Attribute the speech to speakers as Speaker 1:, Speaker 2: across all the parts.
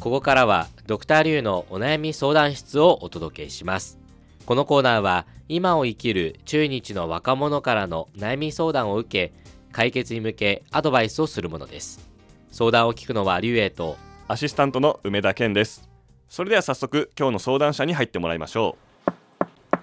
Speaker 1: ここからはドクターリュウのお悩み相談室をお届けしますこのコーナーは今を生きる中日の若者からの悩み相談を受け解決に向けアドバイスをするものです相談を聞くのはリュウエイと
Speaker 2: アシスタントの梅田健ですそれでは早速今日の相談者に入ってもらいましょ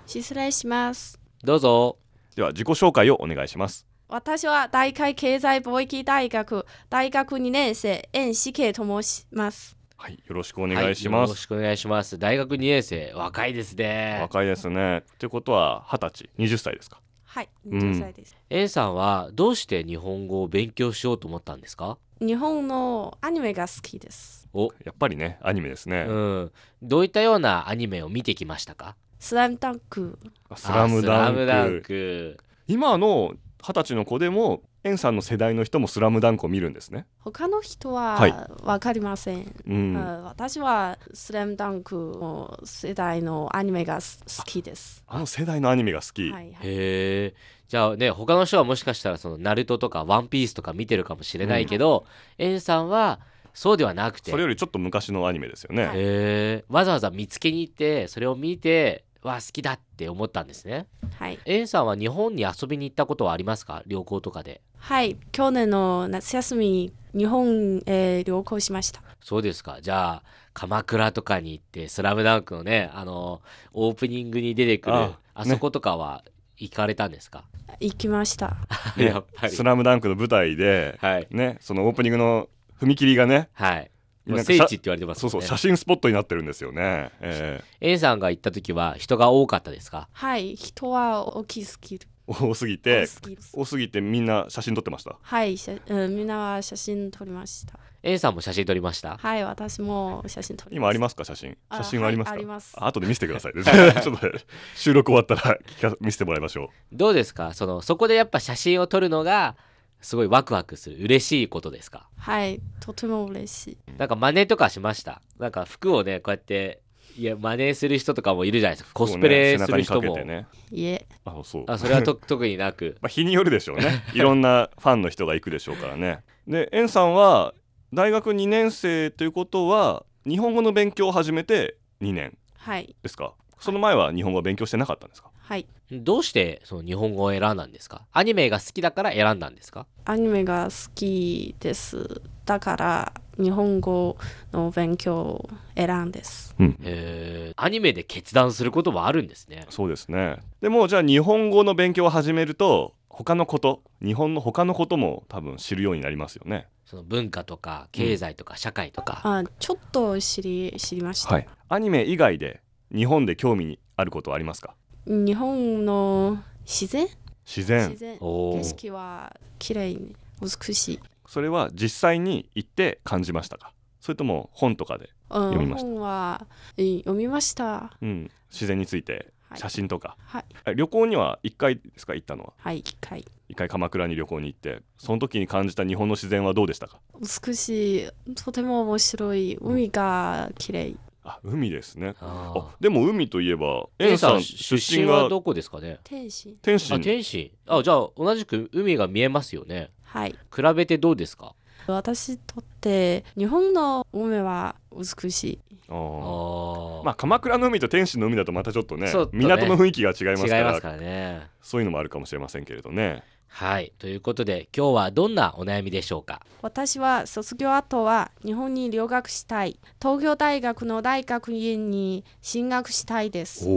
Speaker 3: 失礼します。
Speaker 1: どうぞ
Speaker 2: うでは自己紹介をお願いします
Speaker 3: 私は大会経済貿易大学大学2年生遠志慶と申します。
Speaker 2: はいよろしくお願いし
Speaker 1: は
Speaker 2: ま
Speaker 1: よろし
Speaker 2: す、
Speaker 1: くお願いします大学2年生若いですね
Speaker 2: 若いですねってことは二十歳二十歳ですか
Speaker 3: はい、
Speaker 2: うん
Speaker 3: 20歳です。
Speaker 1: エンさんはどうして日本語を勉強しようと思ったんですか
Speaker 3: 日本のアニメが好きです。
Speaker 1: お、
Speaker 2: やっぱりねアニメですね、
Speaker 1: うん、どういったようなアニメを見てきましたか
Speaker 3: スラムダンク。
Speaker 2: あスラムダ
Speaker 1: あ
Speaker 2: ン
Speaker 1: ス
Speaker 2: ク
Speaker 1: ク
Speaker 2: 今の二十歳の子でもエンさんの世代の人もスラムダンクを見るんですね
Speaker 3: 他の人
Speaker 2: はい
Speaker 3: はわかりません。
Speaker 2: うん、
Speaker 3: あ私はスラムダンクの世代のアニメがす好きです。
Speaker 2: あの世代のアニメが好き、
Speaker 3: はいはい、
Speaker 1: へえじゃあね他の人はもしかしたらそのナルトとかワンピースとか見てるかもしれないけど、エンさんはそうではなくて
Speaker 2: それよりちょっと昔のアニメですよね、
Speaker 3: はい
Speaker 1: へえわざわざ見つけに行ってそれを見てわ好きだって思ったんですね
Speaker 3: はい。
Speaker 1: エンさんは日本に遊びに行ったことはありますか旅行とかで
Speaker 3: はい。去年の夏休み、日本へ旅行しました。
Speaker 1: そうですか。じゃあ、鎌倉とかに行って、スラムダンクのね、あの、オープニングに出てくる、
Speaker 2: あ
Speaker 1: あ
Speaker 2: あ
Speaker 1: そことかは行かれたんです か、
Speaker 3: 行きました。
Speaker 2: ね
Speaker 1: やっぱり
Speaker 2: ス。ラムダンクの舞台で、
Speaker 1: はい。
Speaker 2: ねそのオープニングの踏切がね
Speaker 1: はい。もう
Speaker 2: なんか
Speaker 1: 聖
Speaker 2: さ
Speaker 1: 地って言われてます
Speaker 2: そ
Speaker 1: も
Speaker 2: うんそ
Speaker 1: ね。
Speaker 2: う写真スポットになってるんですよね、え
Speaker 1: エンさんが行った時は人が多かったですか
Speaker 3: はい、人は大きすぎる。
Speaker 2: ー多すぎ
Speaker 3: 大
Speaker 2: て
Speaker 3: きすぎる
Speaker 2: 多すぎてみんな写真撮ってました
Speaker 3: はい、しゃうんみんなは写真撮りました。
Speaker 1: エンさんも写真撮りました
Speaker 3: はい、私も写真撮りました。。
Speaker 2: 今ありますすか写真
Speaker 3: あ
Speaker 2: 写真はありますか、
Speaker 3: はいあります
Speaker 2: 後で見せてくださいね ちょっとね収録終わったら聞か見せてもらいましょ
Speaker 1: どうですかその、そこでやっぱ写真を撮るのが、すごいワクワクする、嬉しいことですか
Speaker 3: はい、とても嬉しい。
Speaker 1: なんか真似とかしましたなんか服をね、こうやって、いや、真似する人とかもいるじゃないですか。
Speaker 2: う
Speaker 1: コスプレする人
Speaker 2: こう
Speaker 1: も。
Speaker 2: ね背中にかけてね
Speaker 3: いえ、
Speaker 2: あそう
Speaker 1: あそれはと 特になく。
Speaker 2: まあ日によるでしょうね いろんなファンの人が行くでしょうからねでエンさんは大学2年生ということは日本語の勉強を始めて2年
Speaker 3: はい、
Speaker 2: ですかその前は日本語は勉強してなかったんですか
Speaker 3: はい。
Speaker 1: どうしてその日本語を選んだんですかアニメが好きだから選んだんですか
Speaker 3: アニメが好きです。だから、日本語の勉強を選んです。
Speaker 2: うん
Speaker 1: えー、アニメで決断することもあるんですね。
Speaker 2: そうですねでもじゃあ日本語の勉強を始めると他のこと日本の他のことも多分知るようになりますよね
Speaker 1: その文化とか経済とか社会とか。
Speaker 3: あちょっと知り知りました、
Speaker 2: いアニメ以外で日本で興味にあることはありますか
Speaker 3: 日本の自然
Speaker 2: 自
Speaker 3: 自
Speaker 2: 然
Speaker 3: 然
Speaker 1: お
Speaker 3: 景
Speaker 1: ー
Speaker 3: 色は綺麗に美しい。
Speaker 2: それは実際に行って感じましたかそれとも本とかで、
Speaker 3: うん、
Speaker 2: 読みました
Speaker 3: 本はうん読みました。
Speaker 2: うん、自然について
Speaker 3: はい
Speaker 2: 写真とか、
Speaker 3: はい、
Speaker 2: え旅行には1回ですか行ったのは
Speaker 3: はい、一回。
Speaker 2: 1回鎌倉に旅行に行ってその時に感じた日本の自然はどうでしたか
Speaker 3: 美しい、とても面白い、海が綺麗。
Speaker 2: あ海ですねあ
Speaker 1: あ
Speaker 2: でも海といえば
Speaker 1: ー
Speaker 2: A さん
Speaker 1: 出
Speaker 2: 出
Speaker 1: 身
Speaker 2: 身
Speaker 1: は
Speaker 2: が
Speaker 1: どこですかね
Speaker 3: 天使。
Speaker 2: 天津
Speaker 1: あ、天津。あ、じゃあ同じく海が見えますよね。
Speaker 3: はい。
Speaker 1: 比べてどうですか
Speaker 3: 私にとって、日本の海は美しい。
Speaker 2: あー
Speaker 1: あー、
Speaker 2: まあ、鎌倉の海と天津の海だとまたちょっとね
Speaker 1: そうだね
Speaker 2: 港の雰囲気が違いますから
Speaker 1: 違いますからね。
Speaker 2: そういうのもあるかもしれませんけれどね
Speaker 1: はい。ということで今日はどんなお悩みでしょうか
Speaker 3: 私は卒業後は日本に留学したい。東京大学の大学院に進学したいです。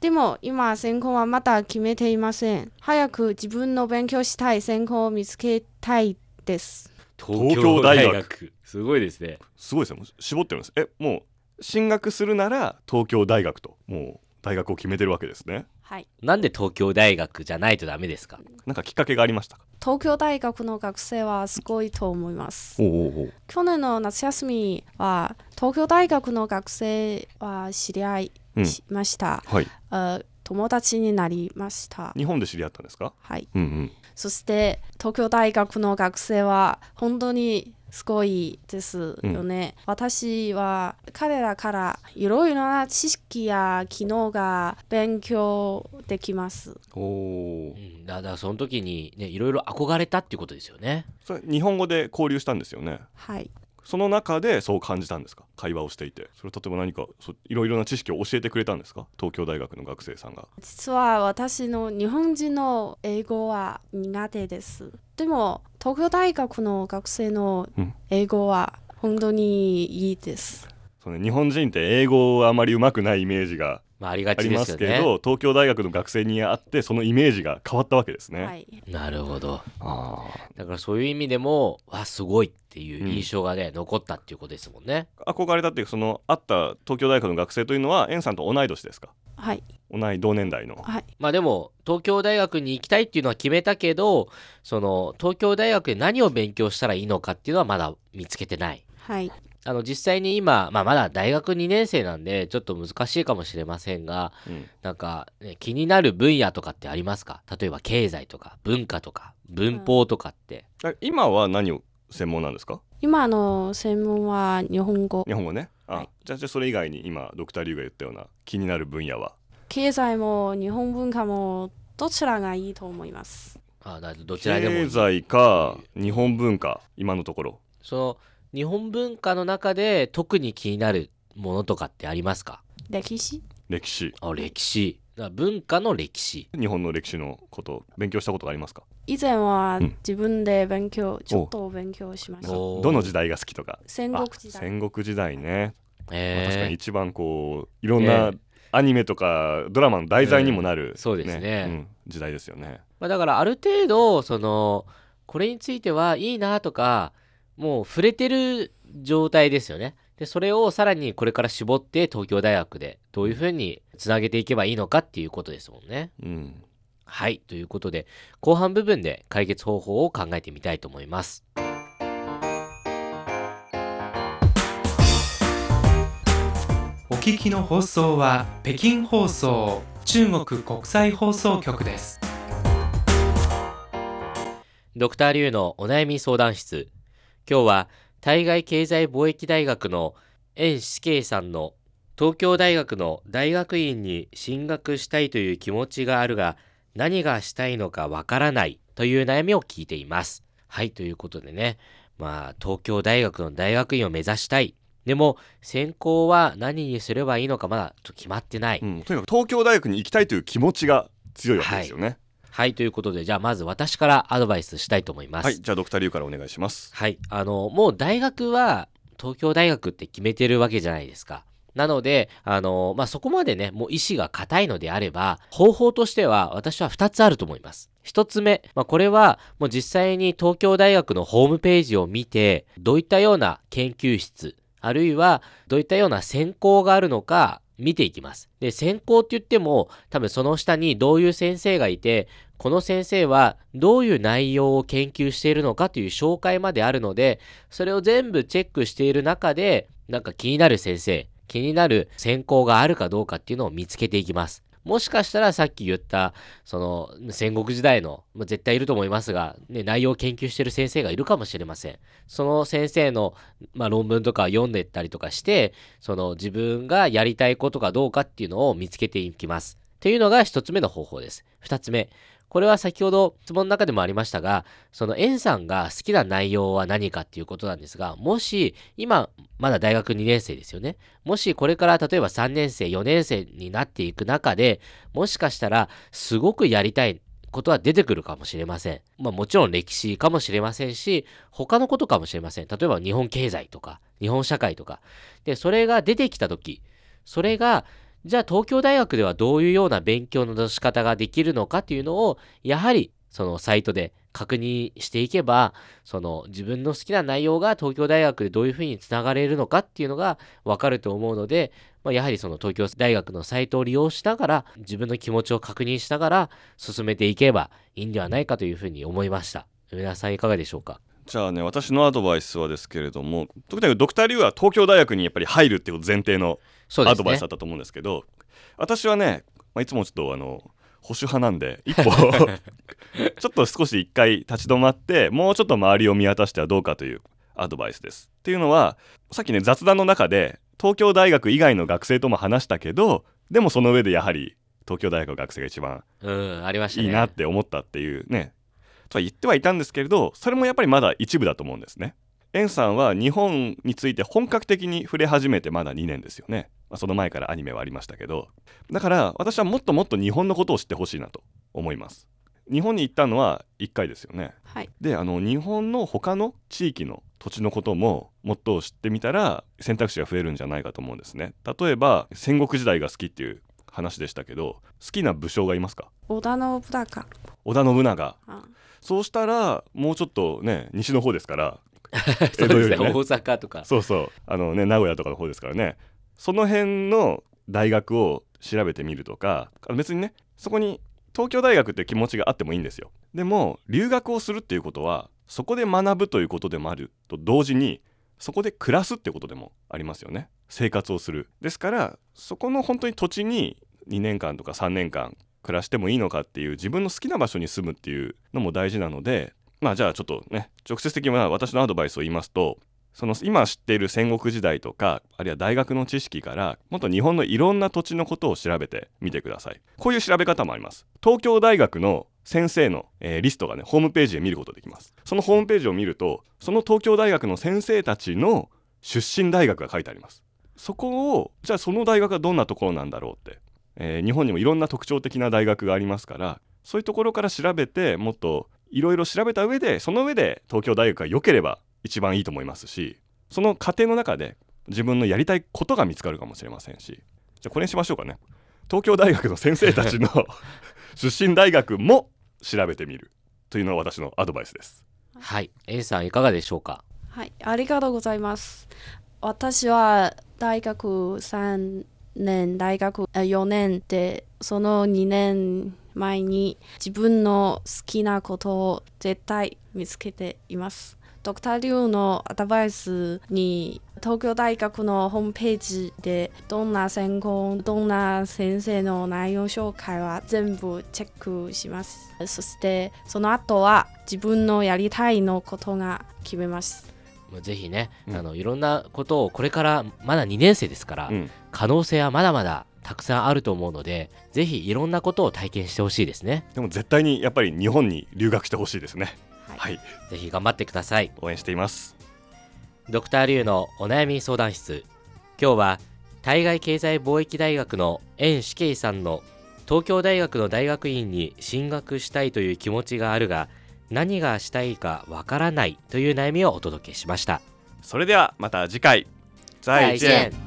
Speaker 3: でも今専攻はまだ決めていません。早く自分の勉強したい専攻を見つけたいです。
Speaker 2: 東京大学
Speaker 1: すごいですね。
Speaker 2: すごいですねもう絞ってるんですえもう進学するなら東京大学ともう大学を決めてるわけですね
Speaker 3: はい。
Speaker 1: なんで東京大学じゃないとダメですか
Speaker 2: なんかきっかけがありましたか
Speaker 3: 東京大学の学生はすごいと思います。
Speaker 2: おおお
Speaker 3: 去年の夏休みは東京大学の学生は知り合い
Speaker 2: うん
Speaker 3: しました。
Speaker 2: はい
Speaker 3: あ友達になりました。
Speaker 2: 日本で知り合ったんですか
Speaker 3: はい。
Speaker 2: うんうん
Speaker 3: そして東京大学の学生は本当にすごいですよね。私は彼らからいろいろな知識や機能が勉強できます。
Speaker 2: おお
Speaker 1: うん、だだからその時にねいろいろ憧れたっていうことですよね。
Speaker 2: それ日本語で交流したんですよね
Speaker 3: はい。
Speaker 2: その中でそう感じたんですか会話をしていてそれ例えば何かそういろいろな知識を教えてくれたんですか東京大学の学生さんが
Speaker 3: 実は私の日本人の英語は苦手です。でも東京大学の学生の英語は本当にいいです。
Speaker 2: そう、ね、日本人って英語はあまりうまくないイメージが
Speaker 1: まあ、ありが
Speaker 2: あ
Speaker 1: ち
Speaker 2: り
Speaker 1: で
Speaker 2: ますす
Speaker 1: よ
Speaker 2: けど
Speaker 1: ね。
Speaker 2: 東京大学の学生にあってそのイメージが変わったわけですね、
Speaker 3: はい。
Speaker 1: なるほど。
Speaker 2: あー
Speaker 1: だからそういう意味でも、わ、すごいっていう印象がね、残ったっていうことですもんね。
Speaker 2: 憧れたっていうその会った東京大学の学生というのは円さんと同い年ですか
Speaker 3: はい。
Speaker 2: 同い同年代の
Speaker 3: はい。
Speaker 1: まあでも、東京大学に行きたいっていうのは決めたけど、その、東京大学で何を勉強したらいいのかっていうのはまだ見つけてない。
Speaker 3: はい。
Speaker 1: あの、実際に今、まあまだ大学2年生なんで、ちょっと難しいかもしれませんが、
Speaker 2: うん
Speaker 1: なんか、ね、気になる分野とかってありますか例えば経済とか文化とか文法とかって。
Speaker 2: あ今は何を専門なんですか
Speaker 3: 今の専門は日本語
Speaker 2: 日。本語ねあ、
Speaker 3: はい
Speaker 2: じゃあじゃあそれ以外に今ドクター・リュウが言ったような気になる分野は
Speaker 3: 経済も日本文化もどちらがいいと思います。
Speaker 1: あだどちらでもい
Speaker 2: 経
Speaker 1: い
Speaker 2: 済か日本文化今のところ
Speaker 1: その日本文化の中で特に気になるものとかってありますか
Speaker 3: 歴史
Speaker 2: 歴史
Speaker 1: あ歴史だから文化の歴史
Speaker 2: 日本の歴史のこと勉強したことがありますか
Speaker 3: 以前は
Speaker 2: うん
Speaker 3: 自分で勉強、ちょっと勉強しました。
Speaker 1: おー
Speaker 2: どの時代が好きとか
Speaker 3: 戦国時
Speaker 2: あ
Speaker 3: 代。
Speaker 2: 戦国時代ね、まあ確かに
Speaker 1: え
Speaker 2: 一番こういろんなアニメとかドラマの題材にもなる、
Speaker 1: えそうですね
Speaker 2: うん時代ですよね
Speaker 1: ーまあ、だからある程度そのこれについてはいいなとかもう触れてる状態ですよねでそれをさらにこれから絞って東京大学でどういうふうにつなげていけばいいのかっていうことですもんね
Speaker 2: うん
Speaker 1: はい、ということで後半部分で解決方法を考えてみたいと思います。
Speaker 4: お聞きの放送は北京放送中国国際放送局です。
Speaker 1: ドクターリュウのお悩み相談室。今日は対外経済貿易大学の円志慶さんの東京大学の大学院に進学したいという気持ちがあるが何がしたいのかわからないという悩みを聞いています。はい、ということでね、まあ東京大学の大学院を目指したい。でも専攻は何にすればいいのかまだちょっと決まってない。
Speaker 2: うんとにかく東京大学に行きたいという気持ちが強いわけですよね
Speaker 1: はい、ということで、じゃあまず私からアドバイスしたいと思いま
Speaker 2: はい、
Speaker 1: す。はい。
Speaker 2: じゃあドクター・リュウからお願いします
Speaker 1: あの、もう大学は東京大学って決めてるわけじゃないですか。なので、あの、まあ、そこまでね、もう意志が固いのであれば、方法としては私は2つあると思います。1つ目、まあ、これはもう実際に東京大学のホームページを見て、どういったような研究室、あるいはどういったような専攻があるのか見ていきます。で、専攻って言っても、多分その下にどういう先生がいて、この先生はどういう内容を研究しているのかという紹介まであるので、それを全部チェックしている中で、なんか気になる先生、気になる専攻があるかどうかっていうのを見つけていきます。もしかしたらさっき言った、その戦国時代の、まあ絶対いると思いますが、ね、内容を研究している先生がいるかもしれません。その先生の、まあ、論文とか読んでったりとかして、その自分がやりたいことかどうかっていうのを見つけていきます。っていうのが一つ目の方法です。二つ目。これは先ほど質問の中でもありましたが、その N さんが好きな内容は何かっていうことなんですが、もし今まだ大学2年生ですよね。もしこれから例えば3年生、4年生になっていく中で、もしかしたらすごくやりたいことは出てくるかもしれません。まあもちろん歴史かもしれませんし、他のことかもしれません。例えば日本経済とか、日本社会とか。で、それが出てきたとき、それが、じゃあ東京大学ではどういうような勉強の出し方ができるのかっていうのを、やはりそのサイトで確認していけば、その自分の好きな内容が東京大学でどういうふうにつながれるのかっていうのがわかると思うので、まあ、やはりその東京大学のサイトを利用しながら、自分の気持ちを確認しながら進めていけばいいんではないかというふうに思いました。梅田さんいかがでしょうか
Speaker 2: じゃあね私のアドバイスはですけれども特にドクター・リュウは東京大学にやっぱり入るっていう前提の
Speaker 1: そうで
Speaker 2: ア
Speaker 1: す
Speaker 2: ド
Speaker 1: ね。
Speaker 2: バイスだったと思うんですけど私はね、まあ、いつもちょっとあの保守派なんで一 歩ちょっと少し一回立ち止まってもうちょっと周りを見渡してはどうかというアドバイスです。っていうのはさっきね雑談の中で東京大学以外の学生とも話したけどでもその上でやはり東京大学の学生が一番
Speaker 1: うん、ありましたね。
Speaker 2: いいなって思ったっていうねとは言ってはいたんですけれどそれもやっぱりまだ一部だと思うんですね。円さんは日本について本格的に触れ始めてまだ2年ですよね、まあ、その前からアニメはありましたけどだから私はもっともっと日本のことを知ってほしいなと思います日本に行ったのは1回ですよね
Speaker 3: はい、
Speaker 2: であの日本の他の地域の土地のことももっと知ってみたら選択肢が増えるんじゃないかと思うんですね例えば戦国時代が好きっていう話でしたけど好きな武将がいますか
Speaker 3: 織田信長。
Speaker 2: 織田信長
Speaker 3: あ
Speaker 2: そうしたらもうちょっとね西の方ですから
Speaker 1: そうですね
Speaker 2: 江戸よりね
Speaker 1: 大阪とか
Speaker 2: そうそうあのね名古屋とかの方ですからねその辺の大学を調べてみるとかあ別にねそこに東京大学って気持ちがあってもいいんですよでも留学をするっていうことはそこで学ぶということでもあると同時にそこで暮らすってことでもありますよね生活をするですからそこの本当に土地に2年間とか3年間暮らしてもいいのかっていう自分の好きな場所に住むっていうのも大事なのでまあじゃあちょっとね直接的には私のアドバイスを言いますとその今知っている戦国時代とかあるいは大学の知識からもっと日本のいろんな土地のことを調べてみてくださいこういう調べ方もあります東京大学の先生の、えーリストがねホームページで見ることできますそのホームページを見るとその東京大学の先生たちの出身大学が書いてありますそこをじゃあその大学はどんなところなんだろうって、えー日本にもいろんな特徴的な大学がありますからそういうところから調べてもっといろいろ調べた上でその上で東京大学が良ければ一番いいと思いますしその過程の中で自分のやりたいことが見つかるかもしれませんしじゃあこれにしましょうかね東京大学の先生たち の出身大学も調べてみるというのが私のアドバイスです。
Speaker 1: はい円さんいかがでしょうか
Speaker 3: はい、ありがとうございます。私は大学3年、大学あ4年で、その2年前に自分の好きなことを絶対見つけています。ドクターリュウのアドバイスに東京大学のホームページでどんな専攻、どんな先生の内容紹介は全部チェックします。そしてその後は自分のやりたいのことが決めます。
Speaker 1: まあぜひね、
Speaker 2: うん
Speaker 1: あのいろんなことをこれからまだ2年生ですから、
Speaker 2: うん
Speaker 1: 可能性はまだまだたくさんあると思うのでぜひいろんなことを体験してほしいですね
Speaker 2: でも絶対にやっぱり日本に留学してほしいですね。
Speaker 3: はい
Speaker 2: はい、
Speaker 1: ぜひ頑張ってください
Speaker 2: 応援しています。
Speaker 1: ドクターリュウのお悩み相談室今日は対外経済貿易大学の円志慶さんの東京大学の大学院に進学したいという気持ちがあるが何がしたいかわからないという悩みをお届けしました
Speaker 2: それではまた次回。再
Speaker 1: 再见